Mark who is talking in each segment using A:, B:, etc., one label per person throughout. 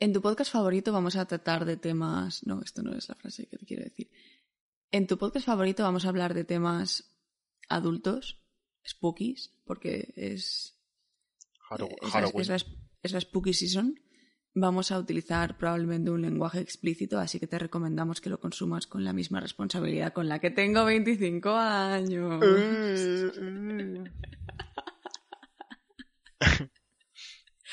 A: En tu podcast favorito vamos a tratar de temas. No, esto no es la frase que te quiero decir. En tu podcast favorito vamos a hablar de temas adultos, spookies, porque es.
B: Hallow-
A: eh, es la-
B: Halloween.
A: es la, es la spooky season. Vamos a utilizar probablemente un lenguaje explícito, así que te recomendamos que lo consumas con la misma responsabilidad con la que tengo 25 años. Mm.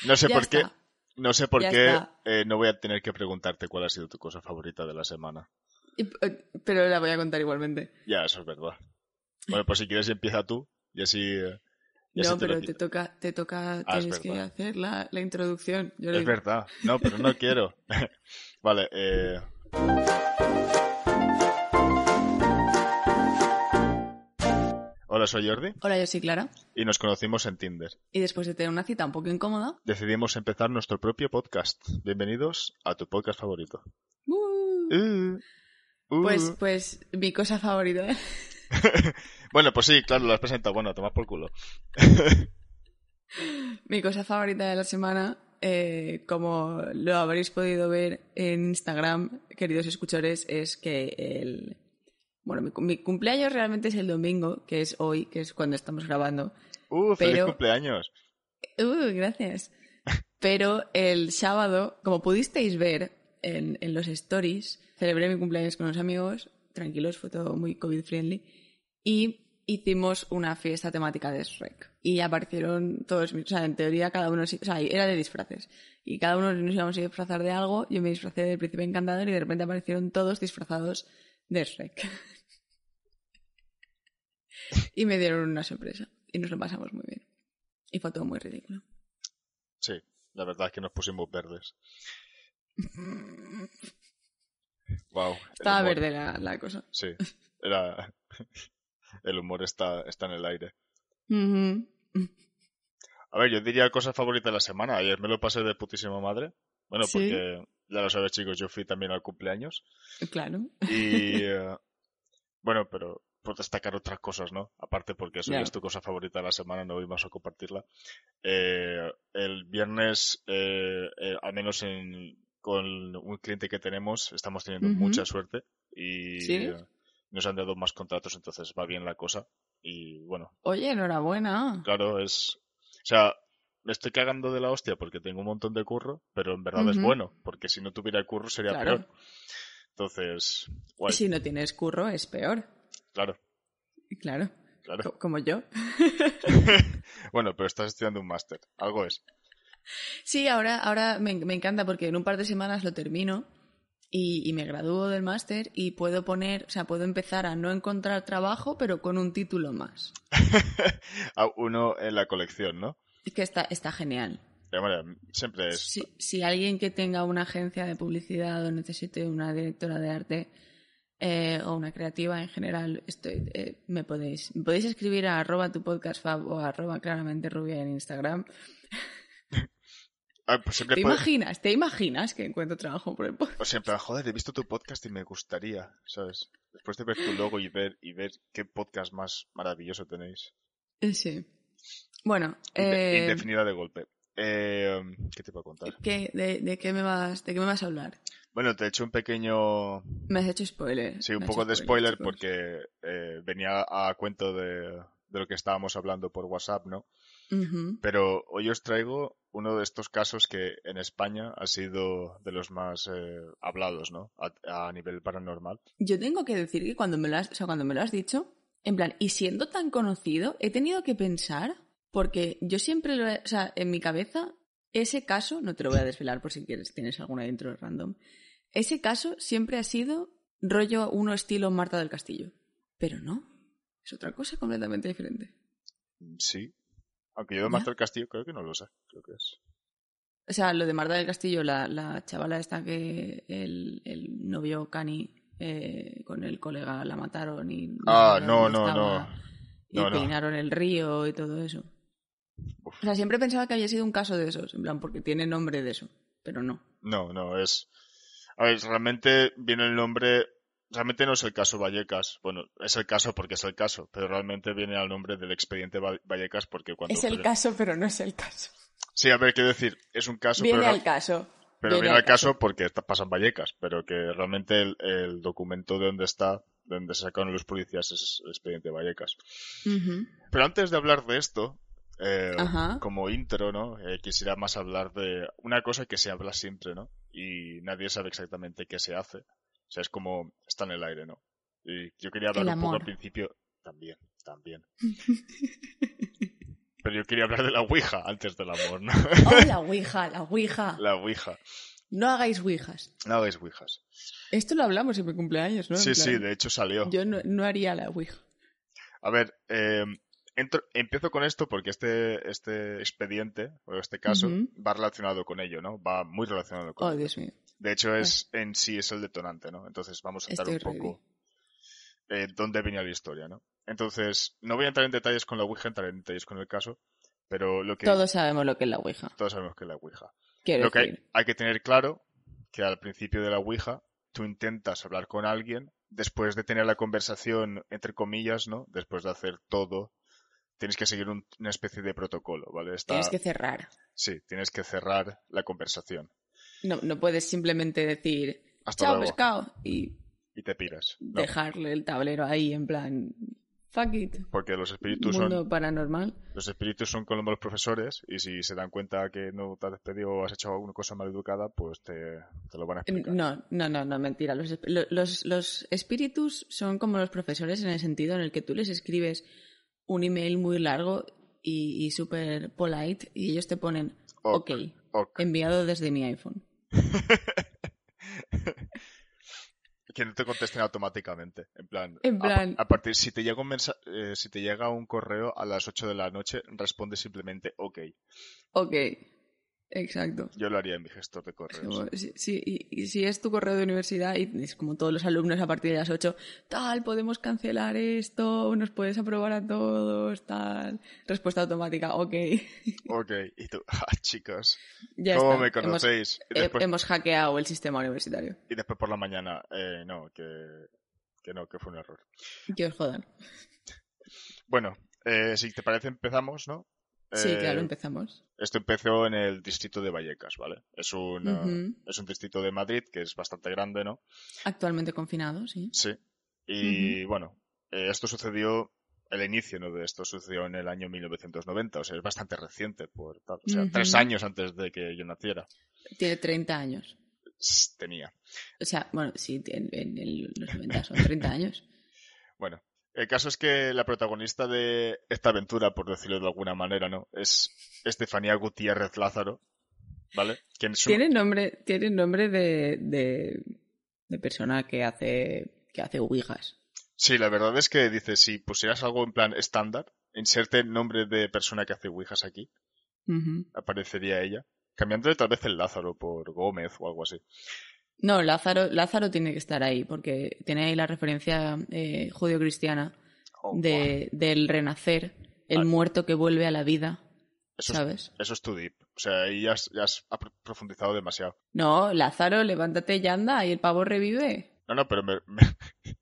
B: No sé
A: Ya
B: por qué,
A: está.
B: no sé por
A: Ya
B: qué
A: está.
B: eh, no voy a tener que preguntarte cuál ha sido tu cosa favorita de la semana.
A: Y- eh, Pero la voy a contar igualmente.
B: Ya, eso es verdad. Bueno, pues si quieres empieza tú y así... eh, y así
A: No,
B: te lo
A: pero te
B: quito.
A: toca, te toca,
B: Ah, es
A: tienes que
B: verdad.
A: hacer la, la introducción. Yo
B: Es
A: le-
B: verdad. No, pero no quiero. vale, eh... Hola, soy Jordi
A: Hola, yo soy Clara.
B: y nos conocimos en Tinder.
A: Y después de tener una cita un poco incómoda,
B: Decidimos empezar nuestro propio podcast. Bienvenidos a tu podcast favorito.
A: ¡uh!
B: Uh, uh.
A: pues, pues mi cosa favorita.
B: Bueno, pues sí, claro, lo has presentado. Bueno, toma por culo.
A: Mi cosa favorita de la semana, eh, como lo habréis podido ver en Instagram, queridos escuchores, es que el... Bueno, mi, cu- mi cumpleaños realmente es el domingo, que es hoy, que es cuando estamos grabando.
B: Uh, feliz
A: Pero-
B: cumpleaños.
A: Uh, gracias. Pero el sábado, como pudisteis ver en, en los stories, celebré mi cumpleaños con unos amigos, tranquilos, fue todo muy COVID-friendly, y hicimos una fiesta temática de Shrek. Y aparecieron todos, mis- o sea, en teoría cada uno, se- o sea, era de disfraces. Y cada uno nos íbamos a disfrazar de algo, yo me disfracé del príncipe encantador y de repente aparecieron todos disfrazados de Shrek. y me dieron una sorpresa. Y nos lo pasamos muy bien. Y fue todo muy ridículo.
B: Sí, la verdad es que nos pusimos verdes. Wow. el
A: Estaba
B: humor.
A: verde la, la cosa.
B: Sí, era... El humor está, está en el aire.
A: Ujú.
B: A ver, yo diría cosa favorita de la semana. Ayer me lo pasé de putísima madre. Bueno,
A: Sí.
B: porque ya lo sabes, chicos, yo fui también al cumpleaños.
A: Claro.
B: Y eh, bueno, pero por destacar otras cosas, ¿no? Aparte porque eso ya
A: Ya.
B: es tu cosa favorita de la semana, no voy más a compartirla. Eh, el viernes, eh, eh, al menos en- con un cliente que tenemos, estamos teniendo
A: Ujú.
B: mucha suerte y
A: ¿Sí?
B: eh, nos han dado más contratos, entonces va bien la cosa. Y bueno,
A: Oye, enhorabuena.
B: claro, es... O sea, me estoy cagando de la hostia porque tengo un montón de curro, pero en verdad es
A: Ujú.
B: bueno, porque si no tuviera curro sería
A: Claro.
B: peor. Entonces, guay,
A: Si no tienes curro, es peor.
B: claro,
A: Claro.
B: claro.
A: Co- Como yo.
B: Bueno, pero estás estudiando un máster. Algo es.
A: Sí, ahora, ahora me, me encanta porque en un par de semanas lo termino y, y me gradúo del máster y puedo poner, o sea, puedo empezar a no encontrar trabajo, pero con un título más.
B: A Ah, uno en la colección, ¿no?
A: Es que está, está genial.
B: Pero bueno, siempre es.
A: Si, si alguien que tenga una agencia de publicidad o necesite una directora de arte eh, o una creativa en general, estoy, eh, me podéis me podéis escribir a arroba tu podcast fab o arroba claramente rubia en Instagram.
B: Ah, pues siempre
A: ¿Te
B: puede-
A: imaginas? ¿Te imaginas que encuentro trabajo por el podcast?
B: O sea, en plan, joder, he visto tu podcast y me gustaría, ¿sabes? Después de ver tu logo y ver y ver qué podcast más maravilloso tenéis.
A: Eh, Sí. Bueno,
B: Inde-
A: eh,
B: Indefinida de golpe. Eh, ¿Qué te puedo contar?
A: ¿qué- de, de qué me vas, ¿de qué me vas a hablar?
B: Bueno, te he hecho un pequeño.
A: Me has hecho spoiler.
B: Sí, un
A: Me has
B: poco
A: hecho
B: de spoiler
A: chicos.
B: porque eh, venía a cuento de, de lo que estábamos hablando por WhatsApp, ¿no?
A: Ujú.
B: Pero hoy os traigo uno de estos casos que en España ha sido de los más eh, hablados, ¿no? A, a nivel paranormal.
A: Yo tengo que decir que cuando me lo has, o sea, cuando me lo has dicho, en plan, y siendo tan conocido, he tenido que pensar, porque yo siempre lo he, o sea, en mi cabeza, ese caso, no te lo voy a desvelar por si quieres, tienes alguna intro random, ese caso siempre ha sido rollo uno estilo Marta del Castillo, pero no, es otra cosa completamente diferente.
B: Sí. Aunque yo de
A: Ya.
B: Master Castillo creo que no lo sé. Creo que es.
A: O sea, lo de Marta del Castillo, la, la chavala esta que el, el novio Cani eh, con el colega la mataron y...
B: Ah,
A: y
B: no, no,
A: estaba,
B: no.
A: Y
B: No, no.
A: peinaron el río y todo eso.
B: Uf.
A: O sea, siempre pensaba que había sido un caso de esos, en plan, porque tiene nombre de eso, pero no.
B: No, no, es. A ver, realmente viene el nombre. Realmente no es el caso Vallecas. Bueno, es el caso porque es el caso, pero realmente viene al nombre del expediente Va- Vallecas porque cuando.
A: Es el caso, pero no es el caso.
B: Sí, a ver, quiero decir, es un caso,
A: Viene
B: pero,
A: al caso.
B: pero viene al caso, porque está- pasa en Vallecas, pero que realmente el, el documento de donde está, de donde se sacaron los policías, es el expediente Vallecas.
A: Ujú.
B: Pero antes de hablar de esto, eh,
A: Ajá.
B: como intro, ¿no? Eh, quisiera más hablar de una cosa que se habla siempre, ¿no? Y nadie sabe exactamente qué se hace. O sea, es como está en el aire, ¿no? Y yo quería hablar
A: El
B: un poco
A: amor.
B: al principio. También, también. Pero yo quería hablar de la Ouija antes del amor, ¿no?
A: Oh, la Ouija, la Ouija.
B: la Ouija.
A: No hagáis Ouijas.
B: No hagáis Ouijas.
A: Esto lo hablamos en mi cumpleaños, ¿no? En
B: Sí,
A: plan,
B: sí, de hecho salió.
A: Yo no, no haría la Ouija.
B: A ver, eh, entro- empiezo con esto porque este, este expediente, o este caso,
A: Ujú.
B: va relacionado con ello, ¿no? Va muy relacionado con
A: Oh,
B: ello.
A: Dios mío.
B: De hecho, es en sí es el detonante, ¿no? Entonces vamos a entrar
A: Estoy
B: un poco eh, dónde venía la historia, ¿no? Entonces, no voy a entrar en detalles con la Ouija, entraré en detalles con el caso, pero lo que
A: Todos sabemos lo que es la Ouija.
B: todos sabemos que es la Ouija.
A: Quiero
B: Lo que hay,
A: decir.
B: hay que tener claro que al principio de la Ouija tú intentas hablar con alguien, después de tener la conversación, entre comillas, ¿no? Después de hacer todo, tienes que seguir un- una especie de protocolo, ¿vale? Está,
A: Tienes que cerrar.
B: Sí, tienes que cerrar la conversación.
A: No, no puedes simplemente decir
B: Hasta
A: chao pues,
B: luego.
A: pescado y
B: Y te piras. No,
A: dejarle el tablero ahí en plan fuck it.
B: porque los espíritus son...
A: Mundo paranormal.
B: Los espíritus son como los profesores y si se dan cuenta que no te has despedido o has hecho alguna cosa mal educada, pues te, te lo van a explicar.
A: Em, No, no, no, no, mentira. Los, esp- lo- los, los espíritus son como los profesores en el sentido en el que tú les escribes un email muy largo y, y súper polite y ellos te ponen,
B: Ok,
A: ok,
B: ok.
A: enviado desde mi iPhone.
B: Que no te contesten automáticamente. En plan,
A: En
B: a-
A: plan-
B: A, partir, si te llega un mensa- eh, si te llega un correo a las 8 de la noche, responde simplemente ok.
A: Ok, exacto.
B: Yo lo haría en mi gestor de correos.
A: Como, si, si- y- y si es tu correo de universidad y es como todos los alumnos a partir de las 8, tal, podemos cancelar esto, nos puedes aprobar a todos, tal. Respuesta automática, ok.
B: Ok, y tú, ah, chicos,
A: ya
B: ¿cómo
A: está.
B: me
A: Hemos- eh, em
B: conocéis? y,
A: he-
B: después,
A: hemos hackeado el sistema universitario.
B: y después por la mañana, eh, no, que, que no, que fue un error.
A: Que os jodan.
B: Bueno, eh, si te parece empezamos, ¿no?
A: Sí,
B: Eh,
A: claro, empezamos.
B: Esto empezó en el distrito de Vallecas, ¿vale? Es un, eh,
A: Ujú.
B: es un distrito de Madrid que es bastante grande, ¿no?
A: Actualmente confinados, sí.
B: Sí. Y bueno, eh, esto sucedió, el inicio ¿no? de esto sucedió en el año 1990, o sea, es bastante reciente, por tal. O sea,
A: Ujú.
B: tres años antes de que yo naciera.
A: Tiene 30 años.
B: S- Tenía.
A: O sea, bueno, sí, en, en el- los 90 son 30 años.
B: Bueno, el caso es que la protagonista de esta aventura, por decirlo de alguna manera, ¿no? Es Estefanía Gutiérrez Lázaro, ¿vale? Quien es un-
A: Tiene nombre, tiene nombre de, de, de persona que hace, que hace ouijas.
B: Sí, la verdad es que dice, si pusieras algo en plan estándar, inserte nombre de persona que hace Ouijas aquí,
A: Ujú.
B: aparecería ella. Cambiándole tal vez el Lázaro por Gómez o algo así.
A: No, Lázaro, Lázaro tiene que estar ahí, porque tiene ahí la referencia eh, judio-cristiana
B: Oh, guau.
A: de, del renacer, el
B: Ah.
A: muerto que vuelve a la vida,
B: eso, es,
A: ¿sabes?
B: eso es too deep. O sea, ahí ya has, ya has apro- profundizado demasiado.
A: No, Lázaro, levántate y anda, y el pavo revive.
B: No, no, pero me- me-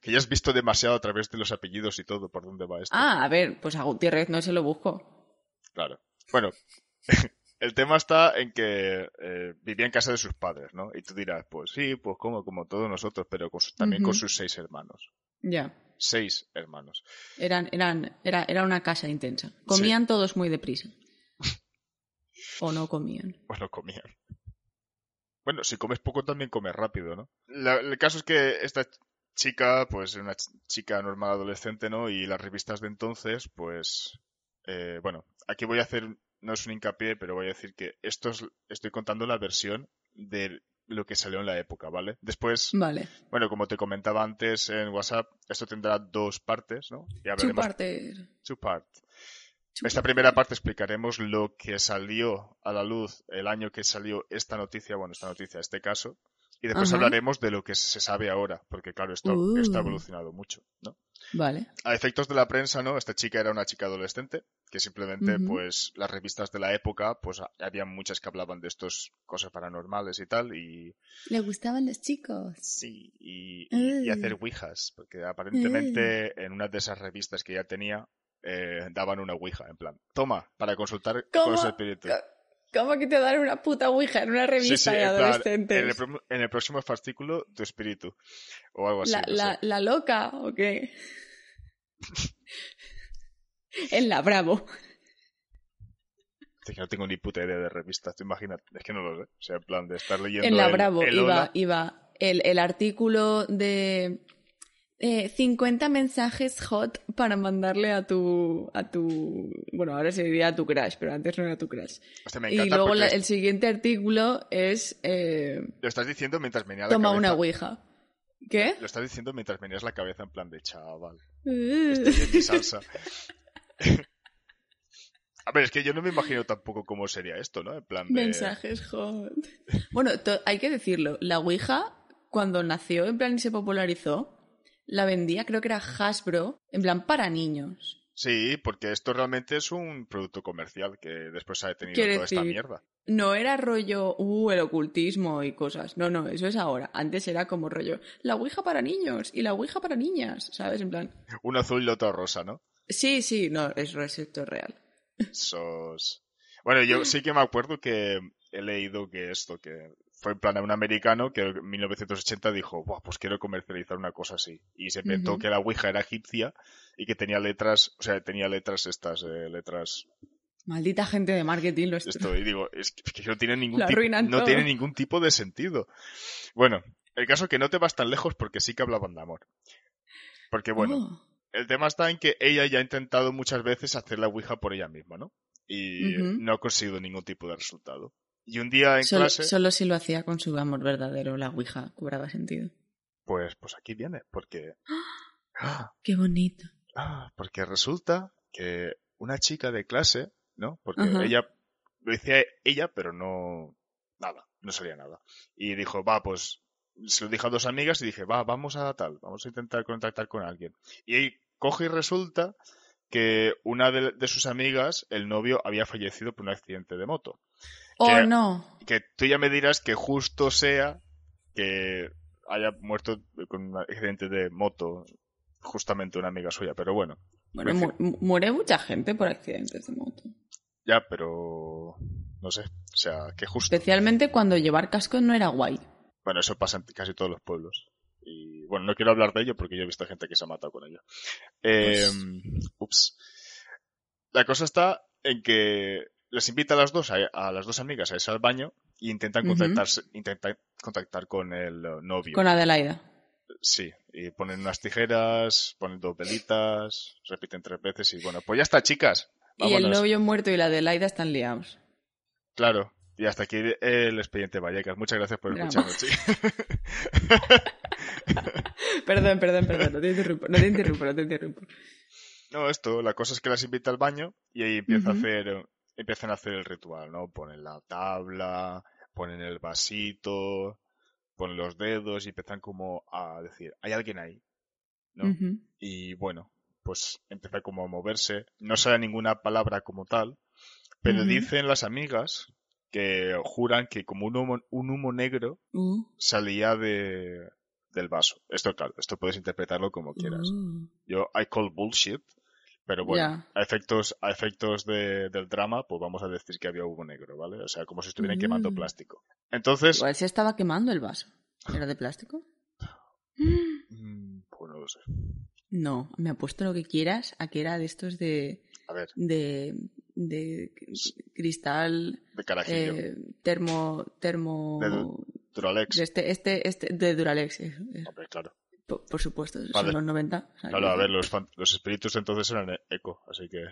B: que ya has visto demasiado a través de los apellidos y todo, por dónde va esto.
A: Ah, a ver, pues a Gutiérrez no se lo busco.
B: Claro. Bueno, el tema está en que eh, vivía en casa de sus padres, ¿no? Y tú dirás, pues sí, pues como, como todos nosotros, pero con sus- también con
A: Ujú.
B: sus seis hermanos.
A: Ya.
B: Seis hermanos.
A: Eran, eran, era, era una casa intensa. Comían todos muy deprisa. o no comían.
B: Pues lo comían. Bueno, si comes poco también comes rápido, ¿no? La- el caso es que esta chica, pues era una ch- chica normal adolescente, ¿no? Y las revistas de entonces, pues... eh, bueno, aquí voy a hacer, no es un hincapié, pero voy a decir que esto es- estoy contando la versión de lo que salió en la época, ¿vale? Después,
A: Vale.
B: bueno, como te comentaba antes en WhatsApp, esto tendrá dos partes, ¿no? Y hablaremos...
A: Chuparte.
B: Two part. En esta primera parte explicaremos lo que salió a la luz el año que salió esta noticia, bueno, esta noticia, este caso, y después
A: Ajá.
B: hablaremos de lo que se sabe ahora, porque claro, esto,
A: Uh.
B: esto ha evolucionado mucho, ¿no?
A: Vale.
B: A efectos de la prensa, ¿no? Esta chica era una chica adolescente, que simplemente,
A: Ujú.
B: pues, las revistas de la época, pues, ha- había muchas que hablaban de estos cosas paranormales y tal, y
A: Le gustaban los chicos.
B: Sí, y, y- y
A: Ah.
B: hacer ouijas, porque aparentemente en una de esas revistas que ya tenía eh, daban una ouija, en plan, toma, para consultar con
A: ¿Cómo?
B: los espíritus.
A: ¿Cómo que te dan una puta ouija en una
B: Sí,
A: revista
B: sí,
A: de
B: en, plan,
A: adolescentes?
B: en, el, pro- en el próximo fascículo, tu espíritu, o algo así.
A: la,
B: no
A: la-
B: sé.
A: la loca o qué? en la Bravo.
B: Es que no tengo ni puta idea de revistas, tú imagínate, es que no lo sé. O sea, en plan, de estar leyendo
A: En la
B: el-
A: Bravo
B: el
A: iba,
B: Hola.
A: iba el, el artículo de eh, 50 mensajes hot para mandarle a tu, a tu... Bueno, ahora se diría a tu crush, pero antes no era tu crush.
B: Hostia, me
A: Y
B: encanta
A: luego
B: porque
A: la-
B: es-
A: el siguiente artículo es... eh,
B: lo estás diciendo mientras me la
A: toma
B: cabeza.
A: una ouija. ¿Qué?
B: Lo estás diciendo mientras meneas la cabeza en plan de chaval.
A: Uh.
B: Estoy en mi Este salsa. A ver, es que yo no me imagino tampoco cómo sería esto, ¿no? En plan de...
A: Mensajes hot. Bueno, to- hay que decirlo. La Ouija, cuando nació, en plan, y se popularizó, la vendía, creo que era Hasbro, en plan, para niños.
B: Sí, porque esto realmente es un producto comercial que después ha tenido
A: Quiere
B: toda esta
A: decir-
B: mierda.
A: No era rollo, uh, el ocultismo y cosas. No, no, eso es ahora. Antes era como rollo, la Ouija para niños y la Ouija para niñas, ¿sabes? En plan,
B: Un azul y otro rosa, ¿no?
A: sí, sí, no, es recepto real.
B: Sos... Bueno, yo sí que me acuerdo que he leído que esto, que fue en plan a un americano que en 1980 dijo, Buah, pues quiero comercializar una cosa así. Y se inventó
A: Ujú.
B: que la Ouija era egipcia y que tenía letras, o sea, tenía letras estas, eh, letras
A: Maldita gente de marketing lo est-
B: esto y digo es que, es que no tiene ningún
A: Lo
B: tipo,
A: arruinan
B: no
A: todo.
B: tiene ningún tipo de sentido bueno el caso es que no te vas tan lejos porque sí que hablaban de amor porque bueno
A: Oh,
B: el tema está en que ella ya ha intentado muchas veces hacer la ouija por ella misma no y eh,
A: Ujú.
B: no ha conseguido ningún tipo de resultado y un día en
A: solo,
B: clase
A: solo si lo hacía con su amor verdadero, la Ouija cobraba sentido.
B: pues pues aquí viene porque ¡Ah!
A: Qué bonito.
B: Ah, porque resulta que una chica de clase, ¿no? Porque
A: Ajá.
B: ella lo decía ella, pero no nada, no salía nada. Y dijo, va, pues se lo dije a dos amigas y dije, va, vamos a tal, vamos a intentar contactar con alguien. Y ahí coge y resulta que una de, de sus amigas, el novio, había fallecido por un accidente de moto.
A: Oh,
B: Que-
A: no.
B: Que tú ya me dirás que justo sea que haya muerto con un accidente de moto justamente una amiga suya, pero bueno.
A: Bueno,
B: Pues
A: mu- mu- muere mucha gente por accidentes de moto.
B: Ya, pero no sé. O sea, que justo.
A: Especialmente cuando llevar casco no era guay.
B: Bueno, eso pasa en casi todos los pueblos. Y bueno, no quiero hablar de ello porque yo he visto gente que se ha matado con ello. Eh,
A: Pues
B: ups. La cosa está en que les invita a las dos, a, a las dos amigas a irse al baño y intentan
A: Ujú.
B: contactarse, intentan contactar con el eh, novio.
A: Con Adelaida.
B: Sí, y ponen unas tijeras, ponen dos velitas, repiten tres veces y bueno, pues ya está, chicas.
A: Y el
B: Vámonos.
A: novio muerto y la Adelaida están liados.
B: Claro. Y hasta aquí el expediente Vallecas. Muchas gracias por
A: Drama.
B: escucharnos, chicas.
A: Perdón, perdón, perdón. No te interrumpo, no te interrumpo, no te interrumpo.
B: No, esto, la cosa es que las invita al baño y ahí empieza
A: Ujú.
B: a hacer, empiezan a hacer el ritual, ¿no? Ponen la tabla, ponen el vasito, ponen los dedos y empiezan como a decir, hay alguien ahí, ¿no?
A: Ujú.
B: Y bueno, pues empieza como a moverse, no sale ninguna palabra como tal, pero
A: Ujú.
B: dicen las amigas que juran que como un humo, un humo negro
A: Uh,
B: salía de, del vaso. Esto, claro, esto puedes interpretarlo como quieras.
A: uh.
B: Yo, I call bullshit, pero bueno,
A: Ya.
B: a efectos, a efectos de- del drama, pues vamos a decir que había humo negro, ¿vale? O sea, como si estuvieran quemando
A: Mm.
B: plástico. Entonces,
A: Igual se estaba quemando el vaso. ¿Era de plástico?
B: mm, pues no lo sé.
A: No, me apuesto lo que quieras a que era de estos de,
B: A ver,
A: de, de cristal,
B: de carajillo,
A: eh, termo, termo,
B: De- Duralex.
A: De este, este, este, de Duralex, eso, eso.
B: Hombre, claro.
A: Por, por supuesto,
B: Vale.
A: son los 90. o sea,
B: Claro, a
A: que-
B: ver, los, fan- los espíritus entonces eran e- eco, así que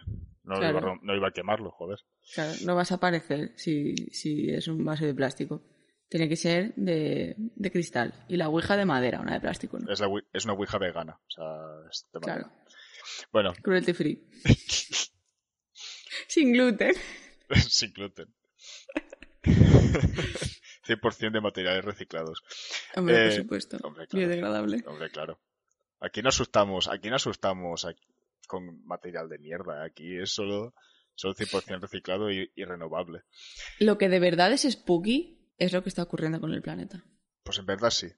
B: no,
A: Claro.
B: iba, a rom- no iba a quemarlo, joder.
A: claro, no vas a aparecer si, si es un vaso de plástico. Tiene que ser de, de cristal. Y la ouija de madera, una de plástico, ¿no?
B: Es, la wi- es una ouija vegana, o sea, es de
A: Claro.
B: madera. Bueno,
A: Cruelty free. Sin gluten.
B: Sin gluten. 100% de materiales reciclados.
A: Hombre, por
B: Eh,
A: supuesto.
B: hombre, claro.
A: Biodegradable.
B: Hombre, claro. Aquí no asustamos, aquí no asustamos a- con material de mierda. Aquí es solo, solo 100% reciclado y, y renovable.
A: Lo que de verdad es spooky es lo que está ocurriendo con el planeta.
B: Pues en verdad sí.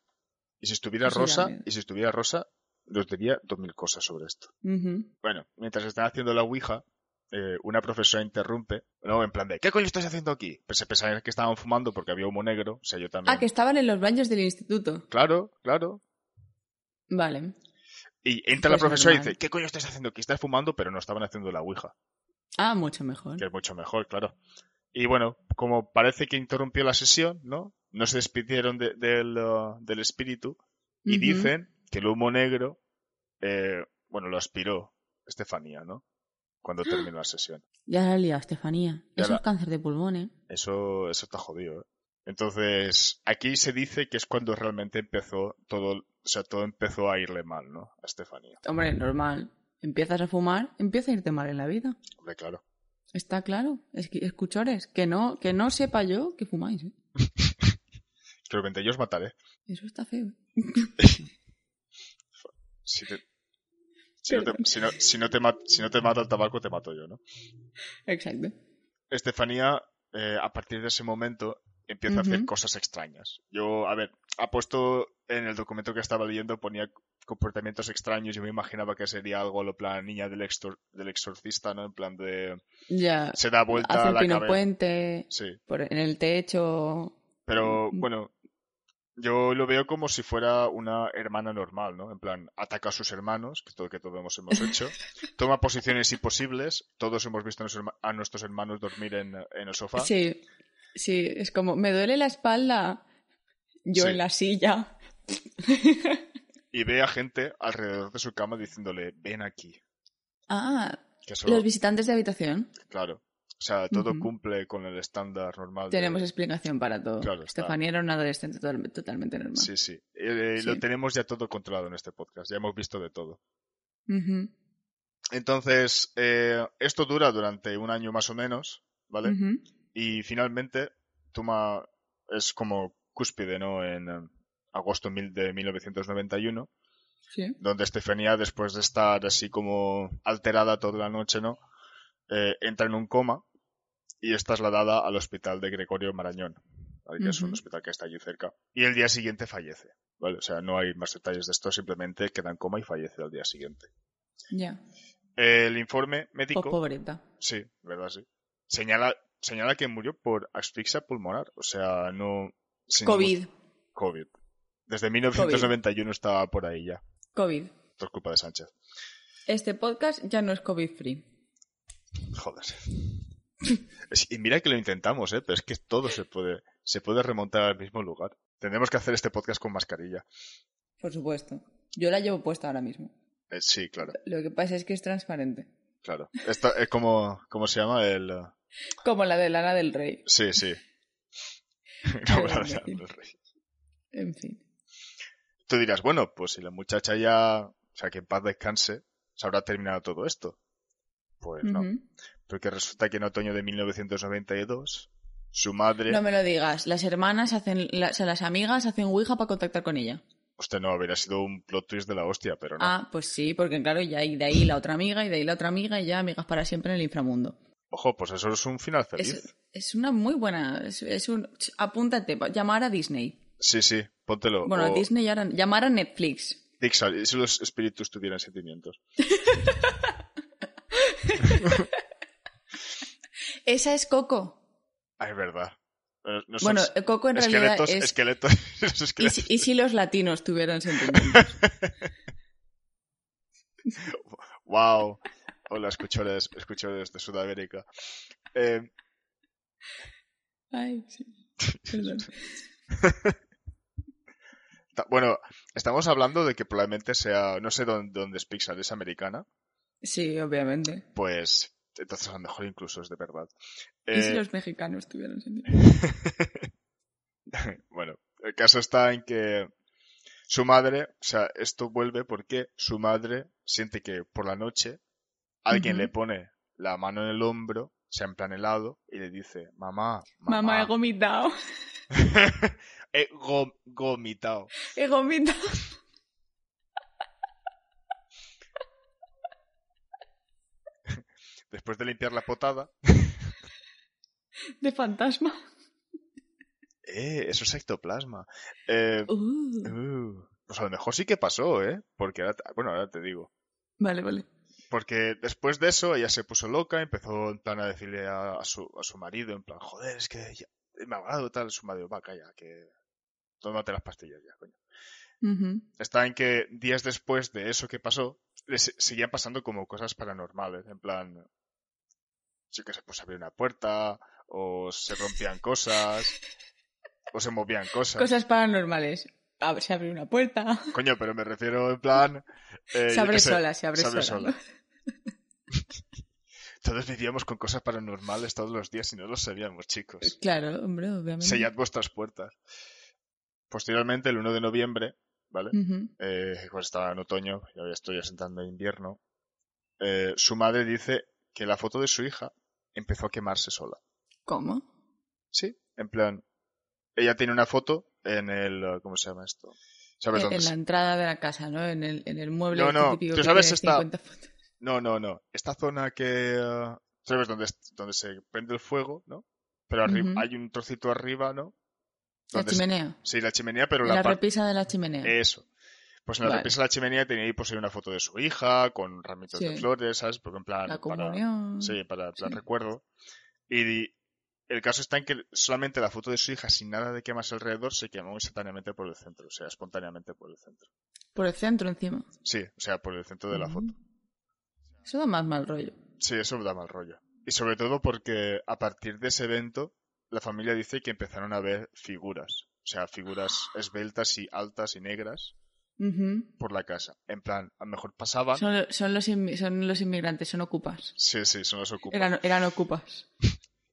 B: Y si estuviera
A: Eso ya
B: rosa,
A: me-
B: y si estuviera rosa, nos diría dos mil cosas sobre esto.
A: Ujú.
B: Bueno, mientras están haciendo la Ouija, eh, una profesora interrumpe, no, en plan de, ¿qué coño estás haciendo aquí? Pues se pensaban que estaban fumando porque había humo negro, o sea, yo también.
A: Ah, que estaban en los baños del instituto.
B: Claro, claro.
A: Vale.
B: Y entra
A: Pues
B: la profesora y
A: normal.
B: dice, ¿qué coño estás haciendo aquí? Estás fumando, pero no estaban haciendo la Ouija.
A: Ah, mucho mejor.
B: que es mucho mejor, claro. Y bueno, como parece que interrumpió la sesión, ¿no? No se despidieron de- del, uh, del espíritu y
A: Ujú.
B: dicen que el humo negro, eh, bueno, lo aspiró Estefanía, ¿no? Cuando
A: ¡Ah!
B: terminó la sesión.
A: Ya la he liado, Estefanía.
B: Ya
A: Eso
B: la-
A: es cáncer de pulmón, ¿eh?
B: Eso, eso está jodido, ¿eh? Entonces, aquí se dice que es cuando realmente empezó todo, o sea, todo empezó a irle mal, ¿no? A Estefanía.
A: Hombre, normal. Empiezas a fumar, empieza a irte mal en la vida.
B: Hombre, claro.
A: Está claro. Es que, escuchores, que no, que no sepa yo que fumáis, ¿eh?
B: Creo que yo os mataré.
A: Eso está feo. ¿eh?
B: Si, te- si no, te,
A: Perdón.
B: si, no, si no te ma- si no te mata el tabaco, te mato yo, ¿no?
A: Exacto.
B: Estefanía, eh, a partir de ese momento, empieza a hacer
A: Ujú.
B: cosas extrañas. Yo, a ver, apuesto en el documento que estaba leyendo, ponía comportamientos extraños. Yo me imaginaba que sería algo a lo plan niña del, extor- del exorcista, ¿no? En plan de.
A: Ya.
B: Se da vuelta
A: Hace el
B: la
A: pino
B: cabeza.
A: puente,
B: Sí,
A: por, en el techo.
B: pero
A: Mm.
B: bueno. Yo lo veo como si fuera una hermana normal, ¿no? En plan, ataca a sus hermanos, que todo que todos hemos hecho, toma posiciones imposibles, todos hemos visto a nuestros herma- a nuestros hermanos dormir en, en el sofá.
A: Sí. Sí, es como, me duele la espalda. Yo
B: Sí.
A: en la silla.
B: y ve a gente alrededor de su cama diciéndole, ven aquí.
A: Ah,
B: Que eso,
A: los visitantes de habitación.
B: claro. O sea, todo
A: Ujú.
B: cumple con el estándar normal. de-
A: Tenemos explicación para todo.
B: Claro, está.
A: Estefanía era una adolescente total- totalmente normal.
B: Sí, sí. Eh, eh,
A: Sí.
B: Lo tenemos ya todo controlado en este podcast. Ya hemos visto de todo.
A: Ujú,
B: Entonces, eh, esto dura durante un año más o menos, ¿vale?
A: ujú.
B: Y finalmente toma, es como cúspide, ¿no? En eh, agosto mil- de 1991.
A: Sí.
B: donde Estefanía, después de estar así como alterada toda la noche, ¿no? Eh, entra en un coma y es trasladada al hospital de Gregorio Marañón, ¿vale? que es un
A: Ujú.
B: hospital que está allí cerca. Y el día siguiente fallece, ¿vale? O sea, no hay más detalles de esto, simplemente queda en coma y fallece al día siguiente.
A: Ya.
B: El informe médico...
A: Pues pobreta.
B: Sí, verdad, sí. Señala, señala que murió por asfixia pulmonar, o sea, no... sin ningún-
A: COVID.
B: COVID. Desde 1991 estaba por ahí ya,
A: COVID.
B: por culpa de Sánchez.
A: Este podcast ya no es COVID free.
B: Joder. Es- Y mira que lo intentamos, ¿eh? Pero es que todo se puede, se puede remontar al mismo lugar. Tendremos que hacer este podcast con mascarilla.
A: Por supuesto. Yo la llevo puesta ahora mismo.
B: Eh, sí, claro,
A: Lo que pasa es que es transparente.
B: claro. Esto es como, ¿cómo se llama? El... eh,
A: Como la de Lana del Rey.
B: Sí, sí. Como
A: Qué
B: la de
A: imbécil.
B: Andrés Rey.
A: En fin.
B: Tú dirás, bueno, pues si la muchacha ya, o sea, que en paz descanse, se habrá terminado todo esto. Pues no.
A: Ujú.
B: Porque resulta que en otoño de 1992, su madre...
A: No me lo digas. Las hermanas hacen, la- o sea, las amigas hacen Ouija para contactar con ella.
B: Hostia, no, hubiera sido un plot twist de la hostia, pero Pues no.
A: Ah, pues sí, porque claro, ya y de ahí la otra amiga y de ahí la otra amiga y ya amigas para siempre en el inframundo.
B: Ojo, pues eso es un final feliz.
A: Es, es una muy buena. Es, es un, ch, apúntate, pa- llamar a Disney.
B: Sí, sí, póntelo.
A: Bueno,
B: O
A: a Disney y ahora. Llamar a Netflix.
B: Pixar, y si los espíritus tuvieran sentimientos.
A: Esa es Coco.
B: Ah, es verdad. Eh, no son
A: Bueno,
B: es-
A: Coco en realidad
B: esqueletos,
A: es.
B: esqueletos, los
A: ¿Y,
B: esqueletos.
A: si, y si los latinos tuvieran sentimientos?
B: Wow. Hola, escuchores, escuchores de Sudamérica. Eh,
A: Ay, sí. Perdón.
B: ta- bueno, estamos hablando de que probablemente sea, no sé dónde, dónde es Pixar, es americana,
A: Sí, obviamente.
B: pues entonces a lo mejor incluso es de verdad.
A: ¿Y si
B: Eh,
A: los mexicanos tuvieran sentimientos?
B: Bueno, el caso está en que su madre, o sea, esto vuelve porque su madre siente que por la noche alguien
A: Ujú.
B: le pone la mano en el hombro sea en plan helado, y le dice, mamá, mamá,
A: Mamá, he vomitado.
B: he go- gomitao.
A: He vomitado.
B: Después de limpiar la potada,
A: De fantasma.
B: eh, eso es ectoplasma. Eh,
A: Uh.
B: uh, pues a lo mejor sí que pasó, ¿eh? Porque ahora, te- bueno, ahora te digo.
A: Vale, vale.
B: Porque después de eso ella se puso loca, empezó en plan a decirle a, a su, a su marido, en plan, joder, es que ya me ha hablado tal, su marido, va, calla, que tómate las pastillas ya, coño.
A: Ujú.
B: Está en que días después de eso que pasó, le se- seguían pasando como cosas paranormales, en plan, sí que se pues abría una puerta, o se rompían cosas, o se movían cosas.
A: Cosas paranormales. Ab- se abre una puerta.
B: Coño, pero me refiero en plan... eh,
A: se
B: yo
A: abre
B: qué sé.
A: sola, se abre
B: se abre
A: sola.
B: sola. Todos vivíamos con cosas paranormales todos los días y no lo sabíamos, chicos.
A: Claro, hombre, obviamente.
B: Sellad vuestras puertas. Posteriormente, el 1 de noviembre, ¿vale?
A: Ujú.
B: Eh, cuando estaba en otoño, y ahora estoy asentando en invierno, eh, su madre dice que la foto de su hija empezó a quemarse sola.
A: ¿Cómo?
B: Sí, en plan, ella tiene una foto en el... eh, ¿Cómo se llama esto? ¿Sabes
A: En,
B: dónde?
A: Eh, en la
B: es?
A: entrada de la casa, ¿no? En el, en el mueble
B: No,
A: este
B: no,
A: típico
B: tú
A: que
B: sabes
A: tiene
B: esta-
A: 50 fotos.
B: No, no, no. Esta zona que... eh, ¿Sabes dónde, es- dónde se prende el fuego, no? Pero arriba,
A: Ujú.
B: hay un trocito arriba, ¿no?
A: La
B: Donde se-
A: chimenea.
B: Sí, la chimenea, pero
A: la
B: la Eh, parte...
A: repisa de la chimenea.
B: Eso. Pues en la
A: Vale.
B: repisa de la chimenea tenía ahí pues, una foto de su hija, con ramitos de
A: Sí.
B: flores, ¿sabes? Porque en plan...
A: la
B: para-
A: comunión.
B: sí, para plan
A: Sí.
B: recuerdo. Y di- el caso está en que solamente la foto de su hija, sin nada de quemas alrededor, se quemó instantáneamente por el centro, o sea, espontáneamente por el centro.
A: Por el centro encima.
B: Sí, o sea, por el centro de la
A: Ujú.
B: foto.
A: Eso da más mal rollo.
B: Sí, eso da mal rollo. Y sobre todo porque a partir de ese evento, la familia dice que empezaron a ver figuras. O sea, figuras esbeltas y altas y negras
A: Ujú.
B: por la casa. En plan, a lo mejor pasaban.
A: son, lo- son los inmi- son los inmigrantes, son ocupas.
B: Sí, sí, son las ocupas.
A: Eran, eran ocupas.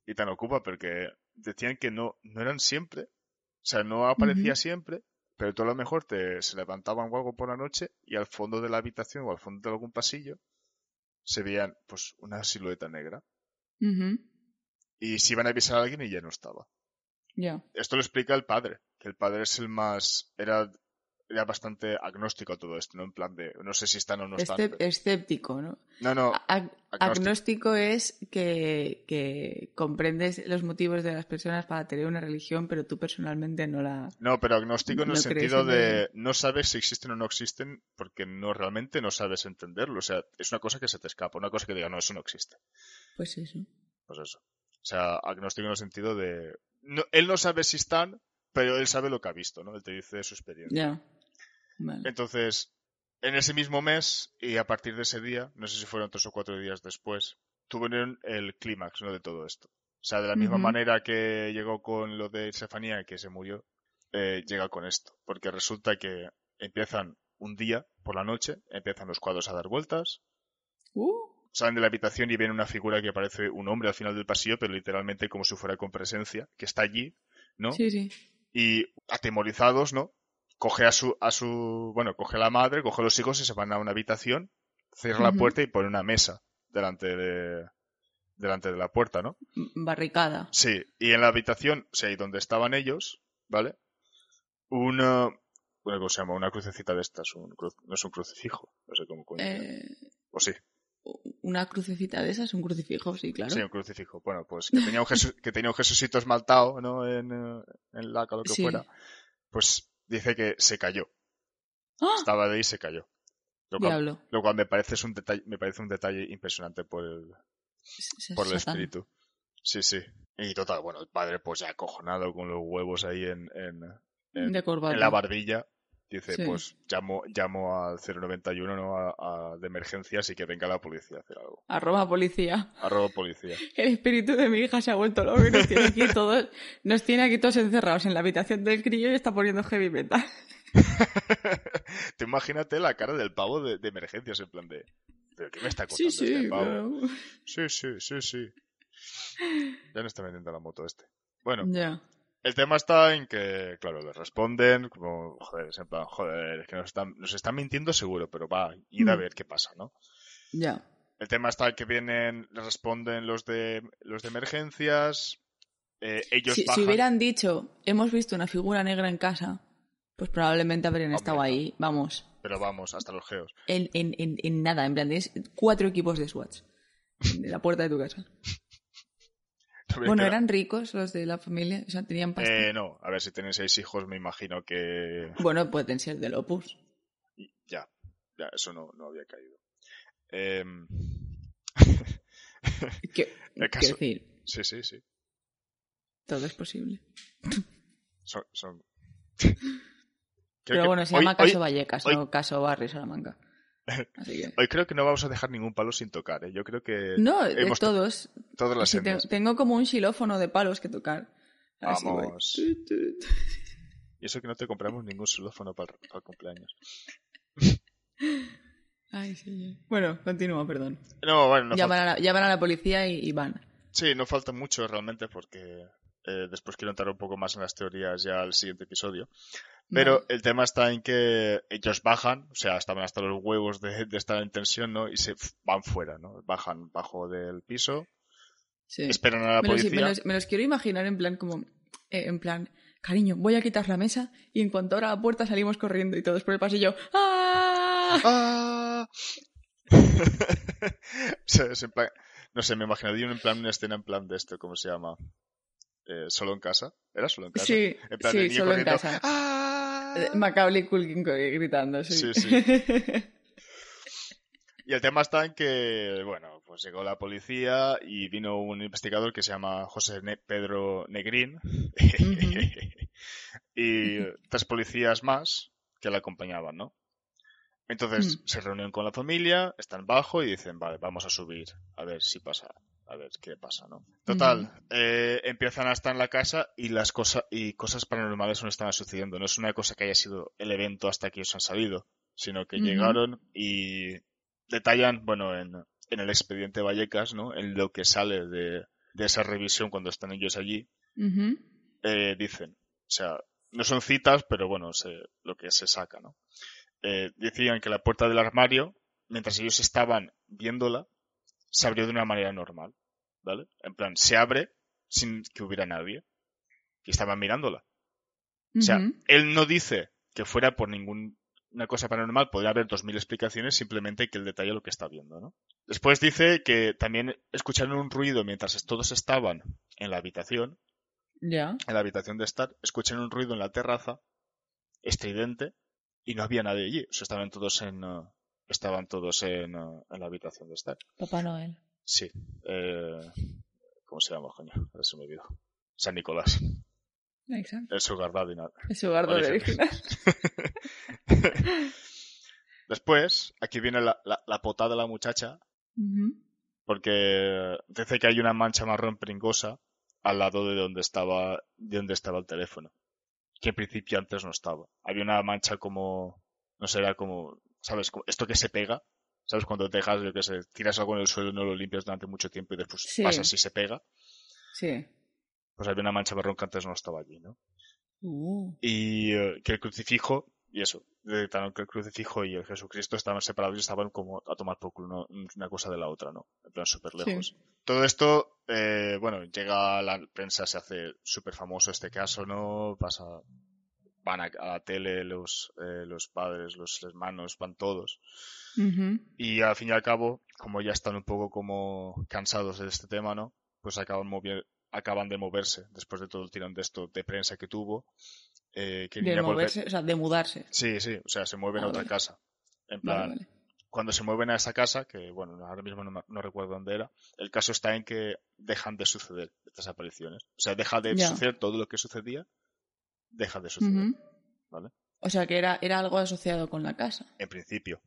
B: Y tan ocupa porque decían que no, no eran siempre. O sea, no aparecía
A: Ujú.
B: siempre, pero tú a lo mejor te, se levantaban o algo por la noche y al fondo de la habitación o al fondo de algún pasillo se veían pues una silueta negra.
A: Ujú.
B: Y se iban a avisar a alguien y ya no estaba.
A: Ya.
B: Esto lo explica el padre, que el padre es el más... era, era bastante agnóstico a todo esto, ¿no? En plan de, no sé si están o no están.
A: Escep-
B: pero-
A: escéptico, ¿no?
B: No, no,
A: Ag-
B: agnóstico.
A: agnóstico es que, que comprendes los motivos de las personas para tener una religión, pero tú personalmente no la...
B: No, pero agnóstico en
A: No
B: el
A: crees
B: sentido
A: en
B: de no sabes si existen o no existen porque no realmente no sabes entenderlo. O sea, es una cosa que se te escapa, una cosa que diga, no, eso no existe.
A: Pues eso.
B: Pues eso. O sea, agnóstico en el sentido de... no- él no sabe si están, pero él sabe lo que ha visto, ¿no? Él te dice su experiencia.
A: Ya. Vale.
B: Entonces, en ese mismo mes y a partir de ese día, no sé si fueron tres o cuatro días después, tuvieron el clímax, ¿no? De todo esto. O sea, de la misma
A: Ujú.
B: manera que llegó con lo de Estefanía, que se murió, eh, llega con esto. Porque resulta que empiezan un día, por la noche, empiezan los cuadros a dar vueltas,
A: Uh,
B: salen de la habitación y viene una figura que parece un hombre al final del pasillo, pero literalmente como si fuera con presencia, que está allí, ¿no?
A: Sí, sí.
B: y atemorizados, ¿no? Coge a su, a su, bueno, coge a la madre, coge a los hijos y se van a una habitación, cierra la
A: Ujú.
B: puerta y pone una mesa delante de, delante de la puerta, ¿no?
A: M- Barricada.
B: Sí, y en la habitación, o sea, ahí donde estaban ellos, ¿vale? Una, una cosa se llama, una crucecita de estas, un cru- no es un crucifijo, no sé cómo coño.
A: Eh,
B: o sí,
A: una crucecita de esas, un crucifijo, sí, claro.
B: sí, un crucifijo. Bueno, pues que tenía un, Jesu- que tenía un Jesucito esmaltado, ¿no? En, eh, en laca, lo que
A: Sí.
B: fuera. Pues dice que se cayó.
A: ¡Ah!
B: estaba de ahí y se cayó. Lo cual,
A: Diablo.
B: lo cual me parece es un detalle, me parece un detalle impresionante por el,
A: S-
B: por el
A: Satán.
B: espíritu. Sí, sí. Y total, bueno, el padre pues ya acojonado con los huevos ahí en, en, en-
A: De corbata.
B: en la barbilla. Dice,
A: Sí.
B: pues llamo, llamo al 091 ¿no? a, a- de emergencias y que venga la policía a hacer algo.
A: Arroba policía.
B: Arroba policía.
A: El espíritu de mi hija se ha vuelto loco y nos tiene aquí todos, nos tiene aquí todos encerrados en la habitación del crío y está poniendo heavy metal.
B: Te imagínate la cara del pavo de, de emergencias en plan de... ¿Pero qué me está contando este pavo?
A: claro.
B: Sí, sí, sí, sí. Ya no está vendiendo la moto este. Bueno,
A: Ya.
B: El tema está en que, claro, le responden, como, joder, es en plan, joder, es que nos están, nos están mintiendo seguro, pero va, id a
A: Mm.
B: ver qué pasa, ¿no?
A: Ya.
B: El tema está que vienen, responden los de, los de emergencias, eh, ellos
A: Si, si
B: bajan.
A: hubieran dicho, hemos visto una figura negra en casa, pues probablemente habrían
B: Hombre,
A: estado
B: no.
A: ahí, vamos,
B: Pero vamos, hasta los geos.
A: en, en, en, en nada, en plan, tienes cuatro equipos de SWAT en la puerta de tu casa.
B: No voy a
A: Bueno,
B: quedar-
A: eran ricos los de la familia, o sea, tenían pasta.
B: Eh, no, a ver, si tenéis seis hijos me imagino que...
A: Bueno, pueden ser del Opus.
B: Ya, ya, eso no, no había caído. Em,
A: Que-
B: El
A: Quiero
B: caso-
A: decir,
B: sí, sí, sí.
A: todo es posible.
B: Son... son- Creo
A: Pero
B: que
A: bueno, se
B: hoy-
A: llama
B: hoy-
A: Caso Vallecas,
B: hoy-
A: no Caso Barrio Salamanca. Así que...
B: Hoy creo que no vamos a dejar ningún palo sin tocar, ¿eh? Yo creo que
A: No, de
B: hemos tocado
A: todos.
B: todas las
A: Sí, te-
B: sendas.
A: tengo como un xilófono de palos que tocar. Así voy.
B: Vamos.
A: Tut, tut.
B: Y eso que no te compramos ningún xilófono para el, para el cumpleaños.
A: Ay, señor. Bueno, continúa, perdón.
B: No, bueno, no
A: llaman, a la, llaman a la policía y, y van.
B: Sí, no falta mucho realmente porque eh, después quiero entrar un poco más en las teorías ya al siguiente episodio. Pero
A: Vale.
B: el tema está en que ellos bajan, o sea, estaban hasta los huevos de, de estar en tensión, ¿no? Y se f- van fuera, ¿no? Bajan bajo del piso,
A: Sí.
B: esperan a la
A: Me los, me
B: policía.
A: los- me los quiero imaginar en plan como... eh, en plan, cariño, voy a quitar la mesa y en cuanto abra la puerta salimos corriendo y todos por el pasillo. ¡Ah!
B: ¡Ah! O sea, es en plan- no sé, me imaginaría un- en plan una escena en plan de esto, ¿cómo se llama? Eh, ¿Solo en casa? ¿Era solo en casa?
A: Sí,
B: En plan, el
A: sí,
B: niño
A: solo en
B: corriendo,
A: casa.
B: ¡Ah!
A: Eh, Macaulay Culkin co- gritando, sí.
B: Sí, sí. Y el tema está en que, bueno, pues llegó la policía y vino un investigador que se llama José Ne- Pedro Negrín y tres policías más que la acompañaban, ¿no? Entonces
A: Mm.
B: se reúnen con la familia, están bajo y dicen, vale, vamos a subir, a ver si pasa, a ver qué pasa, ¿no? Total,
A: Ujú.
B: eh, empiezan a estar en la casa y las cosas y cosas paranormales no estaban sucediendo. No es una cosa que haya sido el evento hasta que ellos han sabido, sino que
A: Ujú.
B: llegaron y detallan, bueno, en, en el expediente Vallecas, ¿no? En lo que sale de, de esa revisión cuando están ellos allí,
A: Ujú.
B: eh, dicen, o sea, no son citas, pero bueno, se, lo que se saca, ¿no? Eh, decían que la puerta del armario, mientras ellos estaban viéndola, se abrió de una manera normal, ¿vale? En plan, se abre sin que hubiera nadie. Y estaban mirándola. O sea,
A: Ujú.
B: él no dice que fuera por ninguna cosa paranormal, podría haber dos mil explicaciones, simplemente que él detalla lo que está viendo, ¿no? Después dice que también escucharon un ruido mientras todos estaban en la habitación,
A: Ya.
B: en la habitación de estar, escucharon un ruido en la terraza, estridente, y no había nadie allí. O sea, estaban todos en, eh, estaban todos en, eh, en la habitación de estar.
A: Papá Noel.
B: Sí. eh, ¿Cómo se llama, coño? Ahora se me olvidó. San Nicolás.
A: Exacto.
B: El Sugar Daddy, nada.
A: Es su guardo de
B: Origen.
A: original.
B: Después, aquí viene la, la, la potada de la muchacha,
A: Ujú.
B: porque dice que hay una mancha marrón pringosa al lado de donde estaba, de donde estaba el teléfono, que en principio antes no estaba. Había una mancha como, no sé, era como, ¿sabes? Como esto que se pega, ¿sabes? Cuando te dejas, yo que sé, tiras algo en el suelo, no lo limpias durante mucho tiempo y después
A: Sí.
B: pasa así, se pega.
A: Sí.
B: Pues había una mancha marrón que antes no estaba allí, ¿no?
A: Uh.
B: y eh, que el crucifijo y eso detectaron que el crucifijo y el Jesucristo estaban separados y estaban como a tomar por culo uno- una cosa de la otra, ¿no? En plan súper lejos. Todo esto, eh, bueno, llega a la prensa, se hace súper famoso este caso, ¿no? Pasa, van a, a la tele los, eh, los padres, los hermanos, van todos.
A: Ujú.
B: Y al fin y al cabo, como ya están un poco como cansados de este tema, ¿no? Pues acaban, movi- acaban de moverse después de todo el tirón de esto de prensa que tuvo. Eh, querían
A: De
B: ya volver-
A: moverse, o sea, de mudarse.
B: Sí, sí, o sea, se mueven
A: Ah,
B: a otra
A: vale.
B: casa. En plan,
A: Vale, vale.
B: cuando se mueven a esa casa, que bueno, ahora mismo no, me- no recuerdo dónde era, el caso está en que dejan de suceder estas apariciones. O sea, deja de
A: Ya.
B: suceder todo lo que sucedía, deja de suceder,
A: Ujú.
B: Vale.
A: O sea, que era, era algo asociado con la casa.
B: en principio.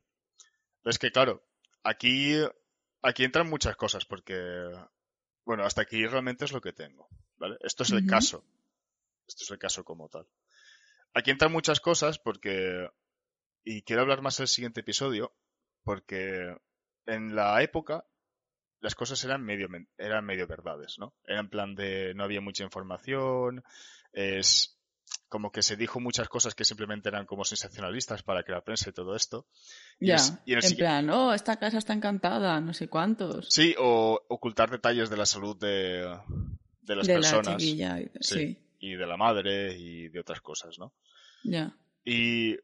B: Pero es que, claro, aquí, aquí entran muchas cosas, porque, bueno, hasta aquí realmente es lo que tengo, ¿vale? Esto es el
A: Ujú.
B: caso. Esto es el caso como tal. Aquí entran muchas cosas porque y quiero hablar más en el siguiente episodio, porque en la época las cosas eran medio, men- eran medio verdades, ¿no? Era en plan de no había mucha información, es, como que se dijo muchas cosas que simplemente eran como sensacionalistas para que la prensa y todo esto. Y
A: Ya,
B: es- y en
A: en
B: el siguiente-
A: plan, oh, esta casa está encantada, no sé cuántos.
B: Sí, o ocultar detalles de la salud de, de las
A: de la
B: personas
A: chiquilla. y-
B: Sí.
A: Sí.
B: y de la madre y de otras cosas, ¿no?
A: ya.
B: Y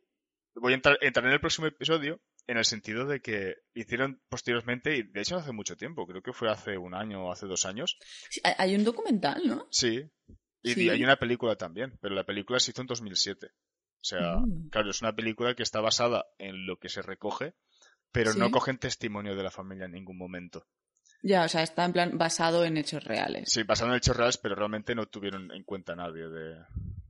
B: voy a entrar, entrar en el próximo episodio en el sentido de que hicieron posteriormente, y de hecho hace mucho tiempo, creo que fue hace un año o hace dos años,
A: Sí, hay- hay un documental, ¿no?
B: sí, y
A: Sí.
B: hay una película también, pero la película se hizo en 2007. O sea,
A: Mm.
B: claro, es una película que está basada en lo que se recoge, pero no
A: Sí.
B: cogen testimonio de la familia en ningún momento.
A: Ya, o sea, está en plan basado en hechos reales.
B: Sí, basado en hechos reales, pero realmente no tuvieron en cuenta a nadie. De...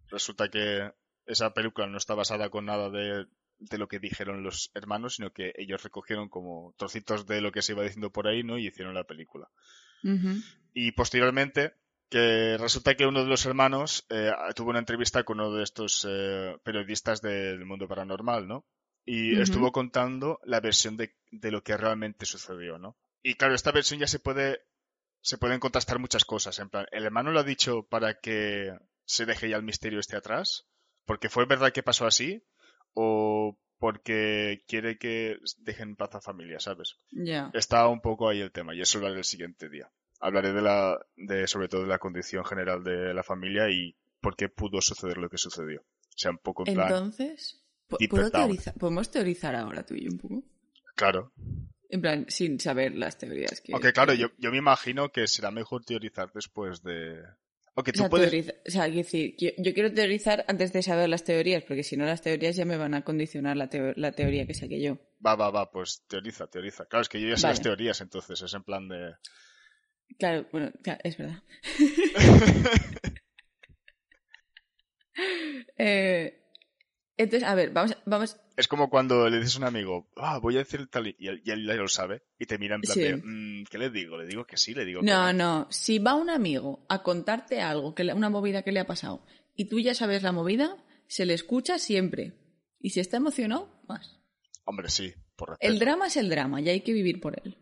B: Resulta que esa película no está basada con nada de, de lo que dijeron los hermanos, sino que ellos recogieron como trocitos de lo que se iba diciendo por ahí, ¿no? Y hicieron la película.
A: Ujú.
B: Y posteriormente, que resulta que uno de los hermanos eh, tuvo una entrevista con uno de estos eh, periodistas del mundo paranormal, ¿no? Y
A: Ujú.
B: estuvo contando la versión de, de lo que realmente sucedió, ¿no? Y claro, esta versión ya se puede. Se pueden contrastar muchas cosas. En plan, el hermano lo ha dicho para que se deje ya el misterio este atrás, porque fue verdad que pasó así, o porque quiere que dejen en paz a familia, ¿sabes?
A: Ya.
B: está un poco ahí el tema y eso lo haré el siguiente día. Hablaré de la, de, sobre todo de la condición general de la familia y por qué pudo suceder lo que sucedió. O sea, un poco en plan,
A: Entonces, ¿po-
B: Deeper
A: ¿puedo
B: down.
A: teorizar- ¿podemos teorizar ahora tú y yo un poco?
B: claro.
A: En plan, sin saber las teorías que...
B: Aunque claro, yo, yo me imagino que será mejor teorizar después de... Aunque
A: O
B: tú
A: sea,
B: puedes...
A: teoriza- o sea, quiero decir, yo, yo quiero teorizar antes de saber las teorías, porque si no las teorías ya me van a condicionar la, teo- la teoría que saqué yo.
B: Va, va, va, pues teoriza, teoriza. Claro, es que yo ya sé las
A: Vale.
B: teorías, entonces es en plan de...
A: Claro, bueno, ca- es verdad. Eh, entonces, a ver, vamos, a- vamos,
B: Es como cuando le dices a un amigo, ah, voy a decir tal y y él, y él ya lo sabe y te mira en plan
A: Sí.
B: de, "Mm, ¿qué le digo? ¿Le digo que sí? ¿Le digo que
A: No, no. Si va un amigo a contarte algo, que le- una movida que le ha pasado, y tú ya sabes la movida, se le escucha siempre. Y si está emocionado, más.
B: Hombre, sí, por respeto.
A: El drama es el drama y hay que vivir por él.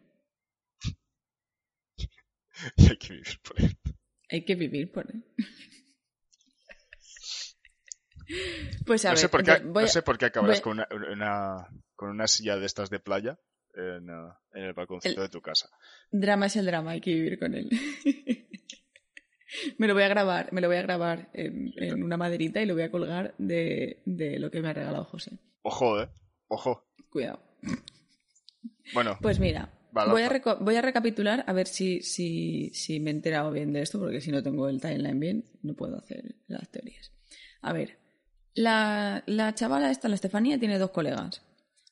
B: Hay que vivir por él.
A: Hay que vivir por él. Pues a
B: no
A: ver,
B: sé por qué,
A: entonces voy
B: no
A: a-
B: sé por qué acabarás
A: voy-
B: con, una, una- con una silla de estas de playa en, eh, en el balconcito
A: El-
B: de tu casa.
A: drama es el drama, hay que vivir con él. me lo voy a grabar, me lo voy a grabar en, en una maderita y lo voy a colgar de, de lo que me ha regalado José.
B: Ojo, eh. Ojo.
A: Cuidado.
B: Bueno,
A: Pues mira,
B: Balanza.
A: voy a, reco- voy a recapitular a ver si, si, si me he enterado bien de esto, porque si no tengo el timeline bien, no puedo hacer las teorías. A ver, la, la chavala esta, la Estefanía, tiene dos colegas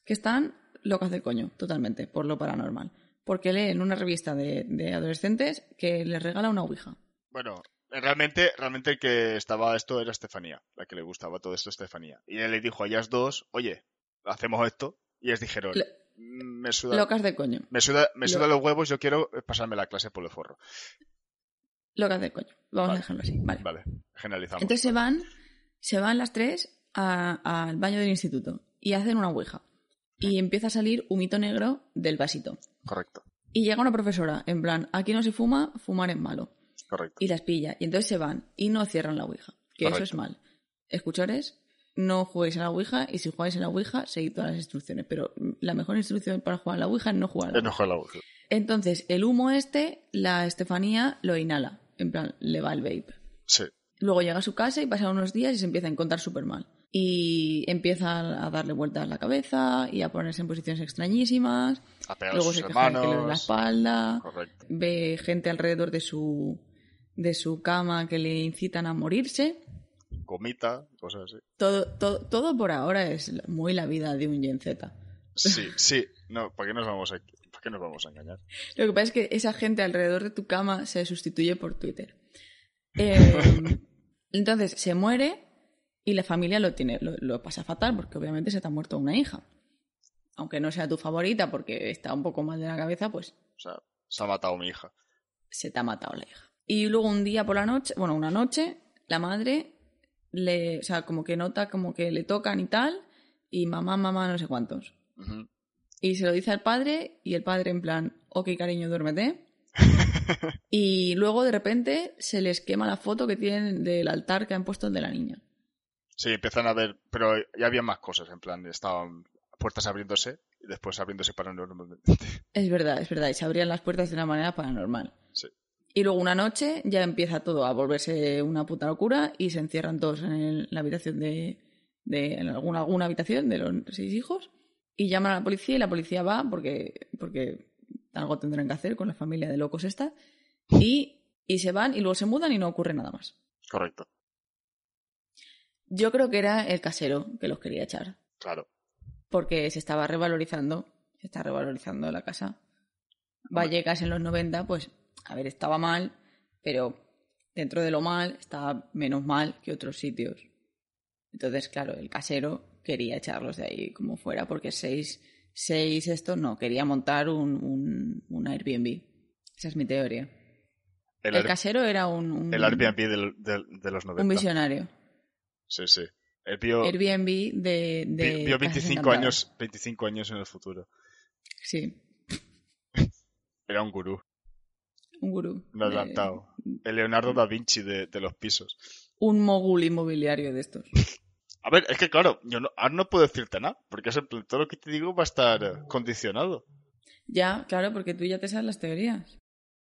A: que están locas del coño, totalmente, por lo paranormal. Porque leen una revista de, de adolescentes que les regala una ouija.
B: bueno. Realmente, realmente el que estaba esto era Estefanía, la que le gustaba todo esto a Estefanía. Y él le dijo a ellas dos, oye, hacemos esto. Y ellas dijeron,
A: Lo-
B: "Mm, me suda,
A: Locas del coño,
B: me suda,
A: lo-
B: me suda los huevos, yo quiero pasarme la clase por el forro.
A: locas del coño. Vamos
B: Vale.
A: a dejarlo así, vale.
B: Vale, generalizamos.
A: Entonces se van, se van las tres a- al baño del instituto y hacen una ouija. Y empieza a salir humito negro del vasito.
B: Correcto,
A: Y llega una profesora, en plan, aquí no se fuma, fumar es malo.
B: correcto.
A: Y las pilla. Y entonces se van y no cierran la ouija. Que eso es
B: Correcto.
A: mal. Escuchores, no juguéis a la ouija y si jugáis a la ouija, seguid todas las instrucciones. Pero mm, la mejor instrucción para jugar a la ouija es no jugar a la
B: Es mejor la voz.
A: Entonces, el humo este, la Estefanía lo inhala. En plan, le va el vape.
B: Sí,
A: Luego llega a su casa y pasan unos días y se empieza a encontrar súper mal. Y empieza a darle vueltas a la cabeza y a ponerse en posiciones extrañísimas.
B: a pegar a
A: Luego
B: sus
A: se queja de que le duele la
B: hermanos.
A: espalda.
B: Correcto.
A: Ve gente alrededor de su, de su cama que le incitan a morirse.
B: Gomita, cosas así.
A: Todo, todo, todo por ahora es muy la vida de un Gen Z.
B: Sí, sí. No, ¿para qué nos vamos a, para qué nos vamos a engañar?
A: Lo que pasa es que esa gente alrededor de tu cama se sustituye por Twitter. Eh, entonces se muere y la familia lo tiene, lo, lo pasa fatal porque obviamente se te ha muerto una hija. Aunque no sea tu favorita porque está un poco mal de la cabeza, pues
B: O sea, se ha matado mi hija.
A: se te ha matado la hija. Y luego un día por la noche, bueno, una noche, la madre le, o sea, como que nota como que le tocan y tal, y mamá, mamá, no sé cuántos.
B: Ujú.
A: Y se lo dice al padre y el padre en plan, ok cariño, duérmete. y luego de repente se les quema la foto que tienen del altar que han puesto de la niña.
B: Sí, empiezan a ver, pero ya había más cosas, en plan, estaban puertas abriéndose y después abriéndose paranormalmente.
A: Es verdad, es verdad. Y se abrían las puertas de una manera paranormal.
B: Sí.
A: Y luego una noche ya empieza todo a volverse una puta locura y se encierran todos en el- la habitación de. de en alguna, alguna habitación de los seis hijos y llaman a la policía y la policía va porque, porque algo tendrán que hacer con la familia de locos esta y, y se van y luego se mudan y no ocurre nada más.
B: Correcto,
A: Yo creo que era el casero que los quería echar
B: claro.
A: porque se estaba revalorizando, se está revalorizando la casa. Vallecas en los 90, pues, a ver, estaba mal, pero dentro de lo mal estaba menos mal que otros sitios. Entonces, claro, el casero quería echarlos de ahí como fuera, porque seis, seis esto no, quería montar un, un, un Airbnb. Esa es mi teoría. El,
B: El, Air-
A: casero era un, un,
B: el Airbnb del- del- de, los 90.
A: un visionario.
B: Sí, sí. El vio,
A: Airbnb de...
B: vi-
A: de
B: vio
A: casas
B: 25
A: encantadas.
B: años, 25 años en el futuro.
A: Sí,
B: Era un gurú,
A: un gurú.
B: un
A: de-
B: adelantado.
A: mm.
B: El Leonardo da Vinci de, de los pisos.
A: un mogul inmobiliario de estos.
B: A ver, es que claro, yo no, ahora no puedo decirte nada, porque es en plan, todo lo que te digo va a estar
A: Mm.
B: eh, condicionado.
A: Ya, claro, porque tú ya te sabes las teorías.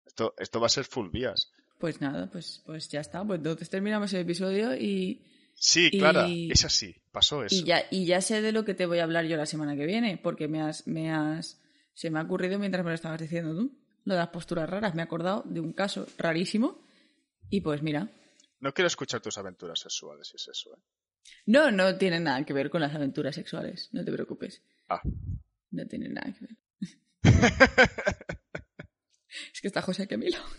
B: Esto, esto va a ser full vías.
A: Pues nada, pues, pues ya está. Pues entonces terminamos el episodio y,
B: Sí,
A: Y-
B: Clara, es así, pasó eso.
A: y, ya, y ya sé de lo que te voy a hablar yo la semana que viene, porque me has, me has, se me ha ocurrido mientras me lo estabas diciendo tú, lo de las posturas raras. Me he acordado de un caso rarísimo y pues mira,
B: No quiero escuchar tus aventuras sexuales, si es eso, ¿eh?
A: no, no tiene nada que ver con las aventuras sexuales, no te preocupes.
B: Ah.
A: No tiene nada que ver. es que está José aquí a mi lado.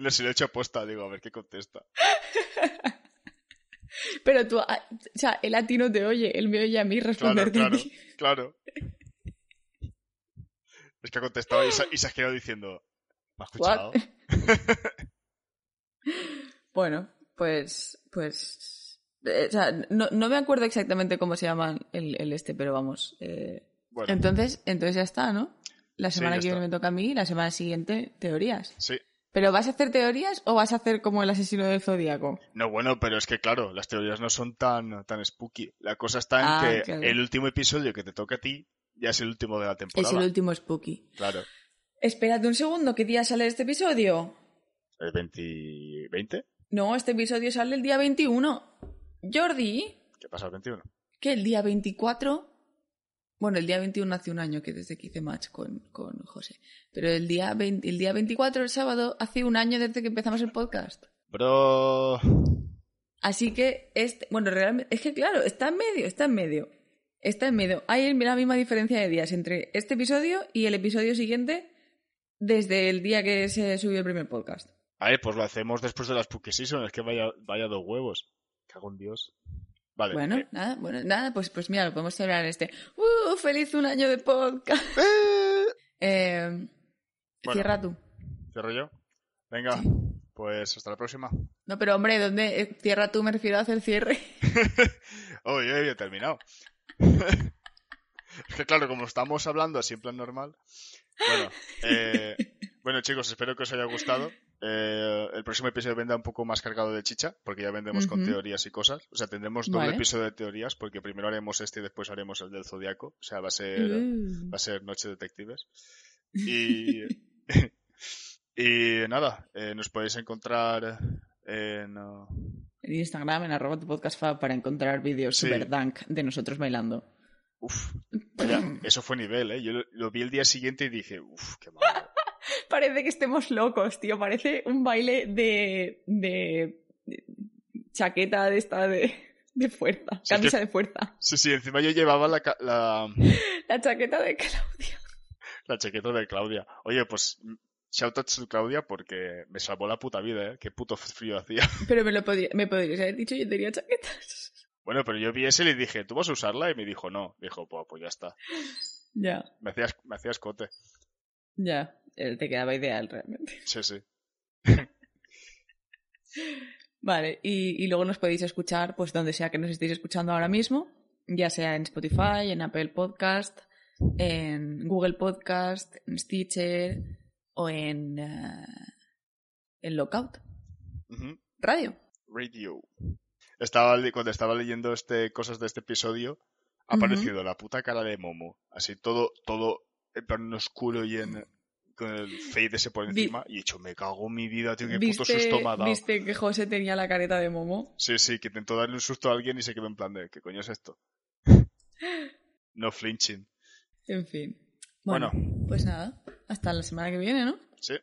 B: No, si lo he hecho aposta, digo, a ver qué contesta.
A: Pero tú, ah, o sea, él a ti no te oye, él me oye a mí
B: Claro,
A: responderte
B: claro,
A: a ti.
B: claro. Es que ha contestado y se, y se ha quedado diciendo, ¿me has escuchado?
A: What? Bueno, pues, pues, eh, o sea, no, no me acuerdo exactamente cómo se llaman el, el este, pero vamos. eh,
B: Bueno,
A: Entonces, entonces ya está, ¿no? La
B: Sí,
A: semana
B: ya
A: que viene
B: está.
A: me toca a mí y la semana siguiente teorías.
B: sí.
A: ¿Pero vas a hacer teorías o vas a hacer como el asesino del zodíaco?
B: No, bueno, pero es que claro, las teorías no son tan, tan spooky. La cosa está en
A: Ah,
B: que
A: claro.
B: el último episodio que te toca a ti ya es el último de la temporada.
A: Es el último spooky.
B: Claro.
A: Espérate un segundo, ¿qué día sale este episodio?
B: ¿El 20... 20?
A: No, este episodio sale el día 21. Jordi,
B: ¿Qué pasa el 21?
A: que el día 24, bueno, el día 21 hace un año que desde que hice match con, con José, pero el día, 20 el día 24, el sábado, hace un año desde que empezamos el podcast.
B: Bro...
A: Así que, este, bueno, realmente, es que claro, está en medio, está en medio, está en medio. Hay la misma diferencia de días entre este episodio y el episodio siguiente desde el día que se subió el primer podcast.
B: A ver, pues lo hacemos después de las Spooky Season, es que vaya, vaya dos huevos. Cago en Dios. Vale.
A: Bueno,
B: eh,
A: nada, bueno, nada, pues, pues mira, lo podemos celebrar este. ¡Uh, feliz un año de podcast! Eh, Cierra tú.
B: ¿Cierro yo? Venga, pues hasta la próxima.
A: No, pero hombre, ¿dónde eh, cierra tú? Me refiero a hacer cierre.
B: Oh, yo ya había terminado. es que claro, como estamos hablando así en plan normal. Bueno, eh, bueno chicos, espero que os haya gustado. Eh, el próximo episodio vendrá un poco más cargado de chicha, porque ya vendremos con
A: Ujú.
B: teorías y cosas. O sea, tendremos doble
A: Vale.
B: episodio de teorías, porque primero haremos este y después haremos el del Zodiaco. O sea, va a ser va a ser Noche Detectives. Y, y nada, eh, nos podéis encontrar en... eh,
A: En Instagram, en arroba tu podcast fab para encontrar vídeos
B: Sí.
A: super dunk de nosotros bailando.
B: Uf, vaya, eso fue nivel, ¿eh? Yo lo, lo vi el día siguiente y dije, uf, qué malo.
A: Parece que estemos locos, tío. Parece un baile de. de. de chaqueta de esta de. de fuerza.
B: Sí,
A: Camisa de fuerza.
B: Sí, sí, encima yo llevaba la, ca- la,
A: La chaqueta de Claudia.
B: la chaqueta de Claudia. Oye, pues shoutouts to Claudia porque me salvó la puta vida, ¿eh? Qué puto frío hacía.
A: Pero me lo podría, me podrías haber dicho, yo tenía chaquetas.
B: Bueno, pero yo vi ese y le dije, ¿tú vas a usarla? Y me dijo, no. Dijo, pues, pues ya está.
A: Ya,
B: Me hacías, me hacías cote.
A: ya. Eh, Te quedaba ideal realmente.
B: Sí, sí.
A: Vale, y, y luego nos podéis escuchar, pues donde sea que nos estéis escuchando ahora mismo, ya sea en Spotify, en Apple Podcast, en Google Podcast, en Stitcher o en, eh, en Lookout
B: Ujú.
A: Radio.
B: Radio. Estaba, le- cuando estaba leyendo este, cosas de este episodio, ha
A: Ujú.
B: aparecido la puta cara de Momo. Así todo, todo en plan oscuro y en con el fade ese por
A: Vi-
B: encima. Y he dicho, me cago en mi vida, tío, qué puto
A: ¿Viste,
B: susto me ha dado.
A: ¿Viste que José tenía la careta de Momo?
B: Sí, sí, que intentó darle un susto a alguien y se quedó en plan de, ¿qué coño es esto? No flinching.
A: En fin.
B: Bueno.
A: Pues nada, hasta la semana que viene, ¿no?
B: Sí.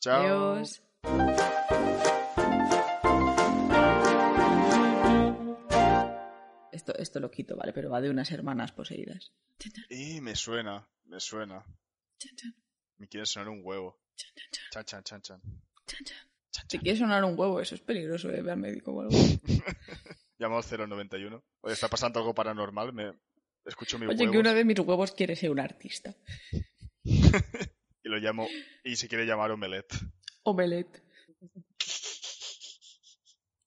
B: Chao.
A: Adiós. Esto, esto lo quito, ¿vale? Pero va de unas hermanas poseídas. Chan, chan,
B: Y me suena, me suena.
A: chan, chan,
B: Me quiere sonar un huevo.
A: chan, chan, chan,
B: Chan, chan, chan, chan.
A: chan, chan.
B: Chan,
A: Si
B: chan.
A: quieres sonar un huevo, eso es peligroso, ¿eh? Ve al médico o algo.
B: Llamo al 091. Oye, está pasando algo paranormal. Me escucho mi
A: Oye,
B: huevo
A: que uno de mis huevos quiere ser un artista.
B: y lo llamo. Y se quiere llamar Omelette.
A: Omelette.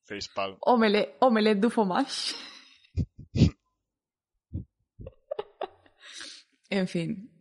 B: Facepalm.
A: Omelette, omelette du fromage. en fin.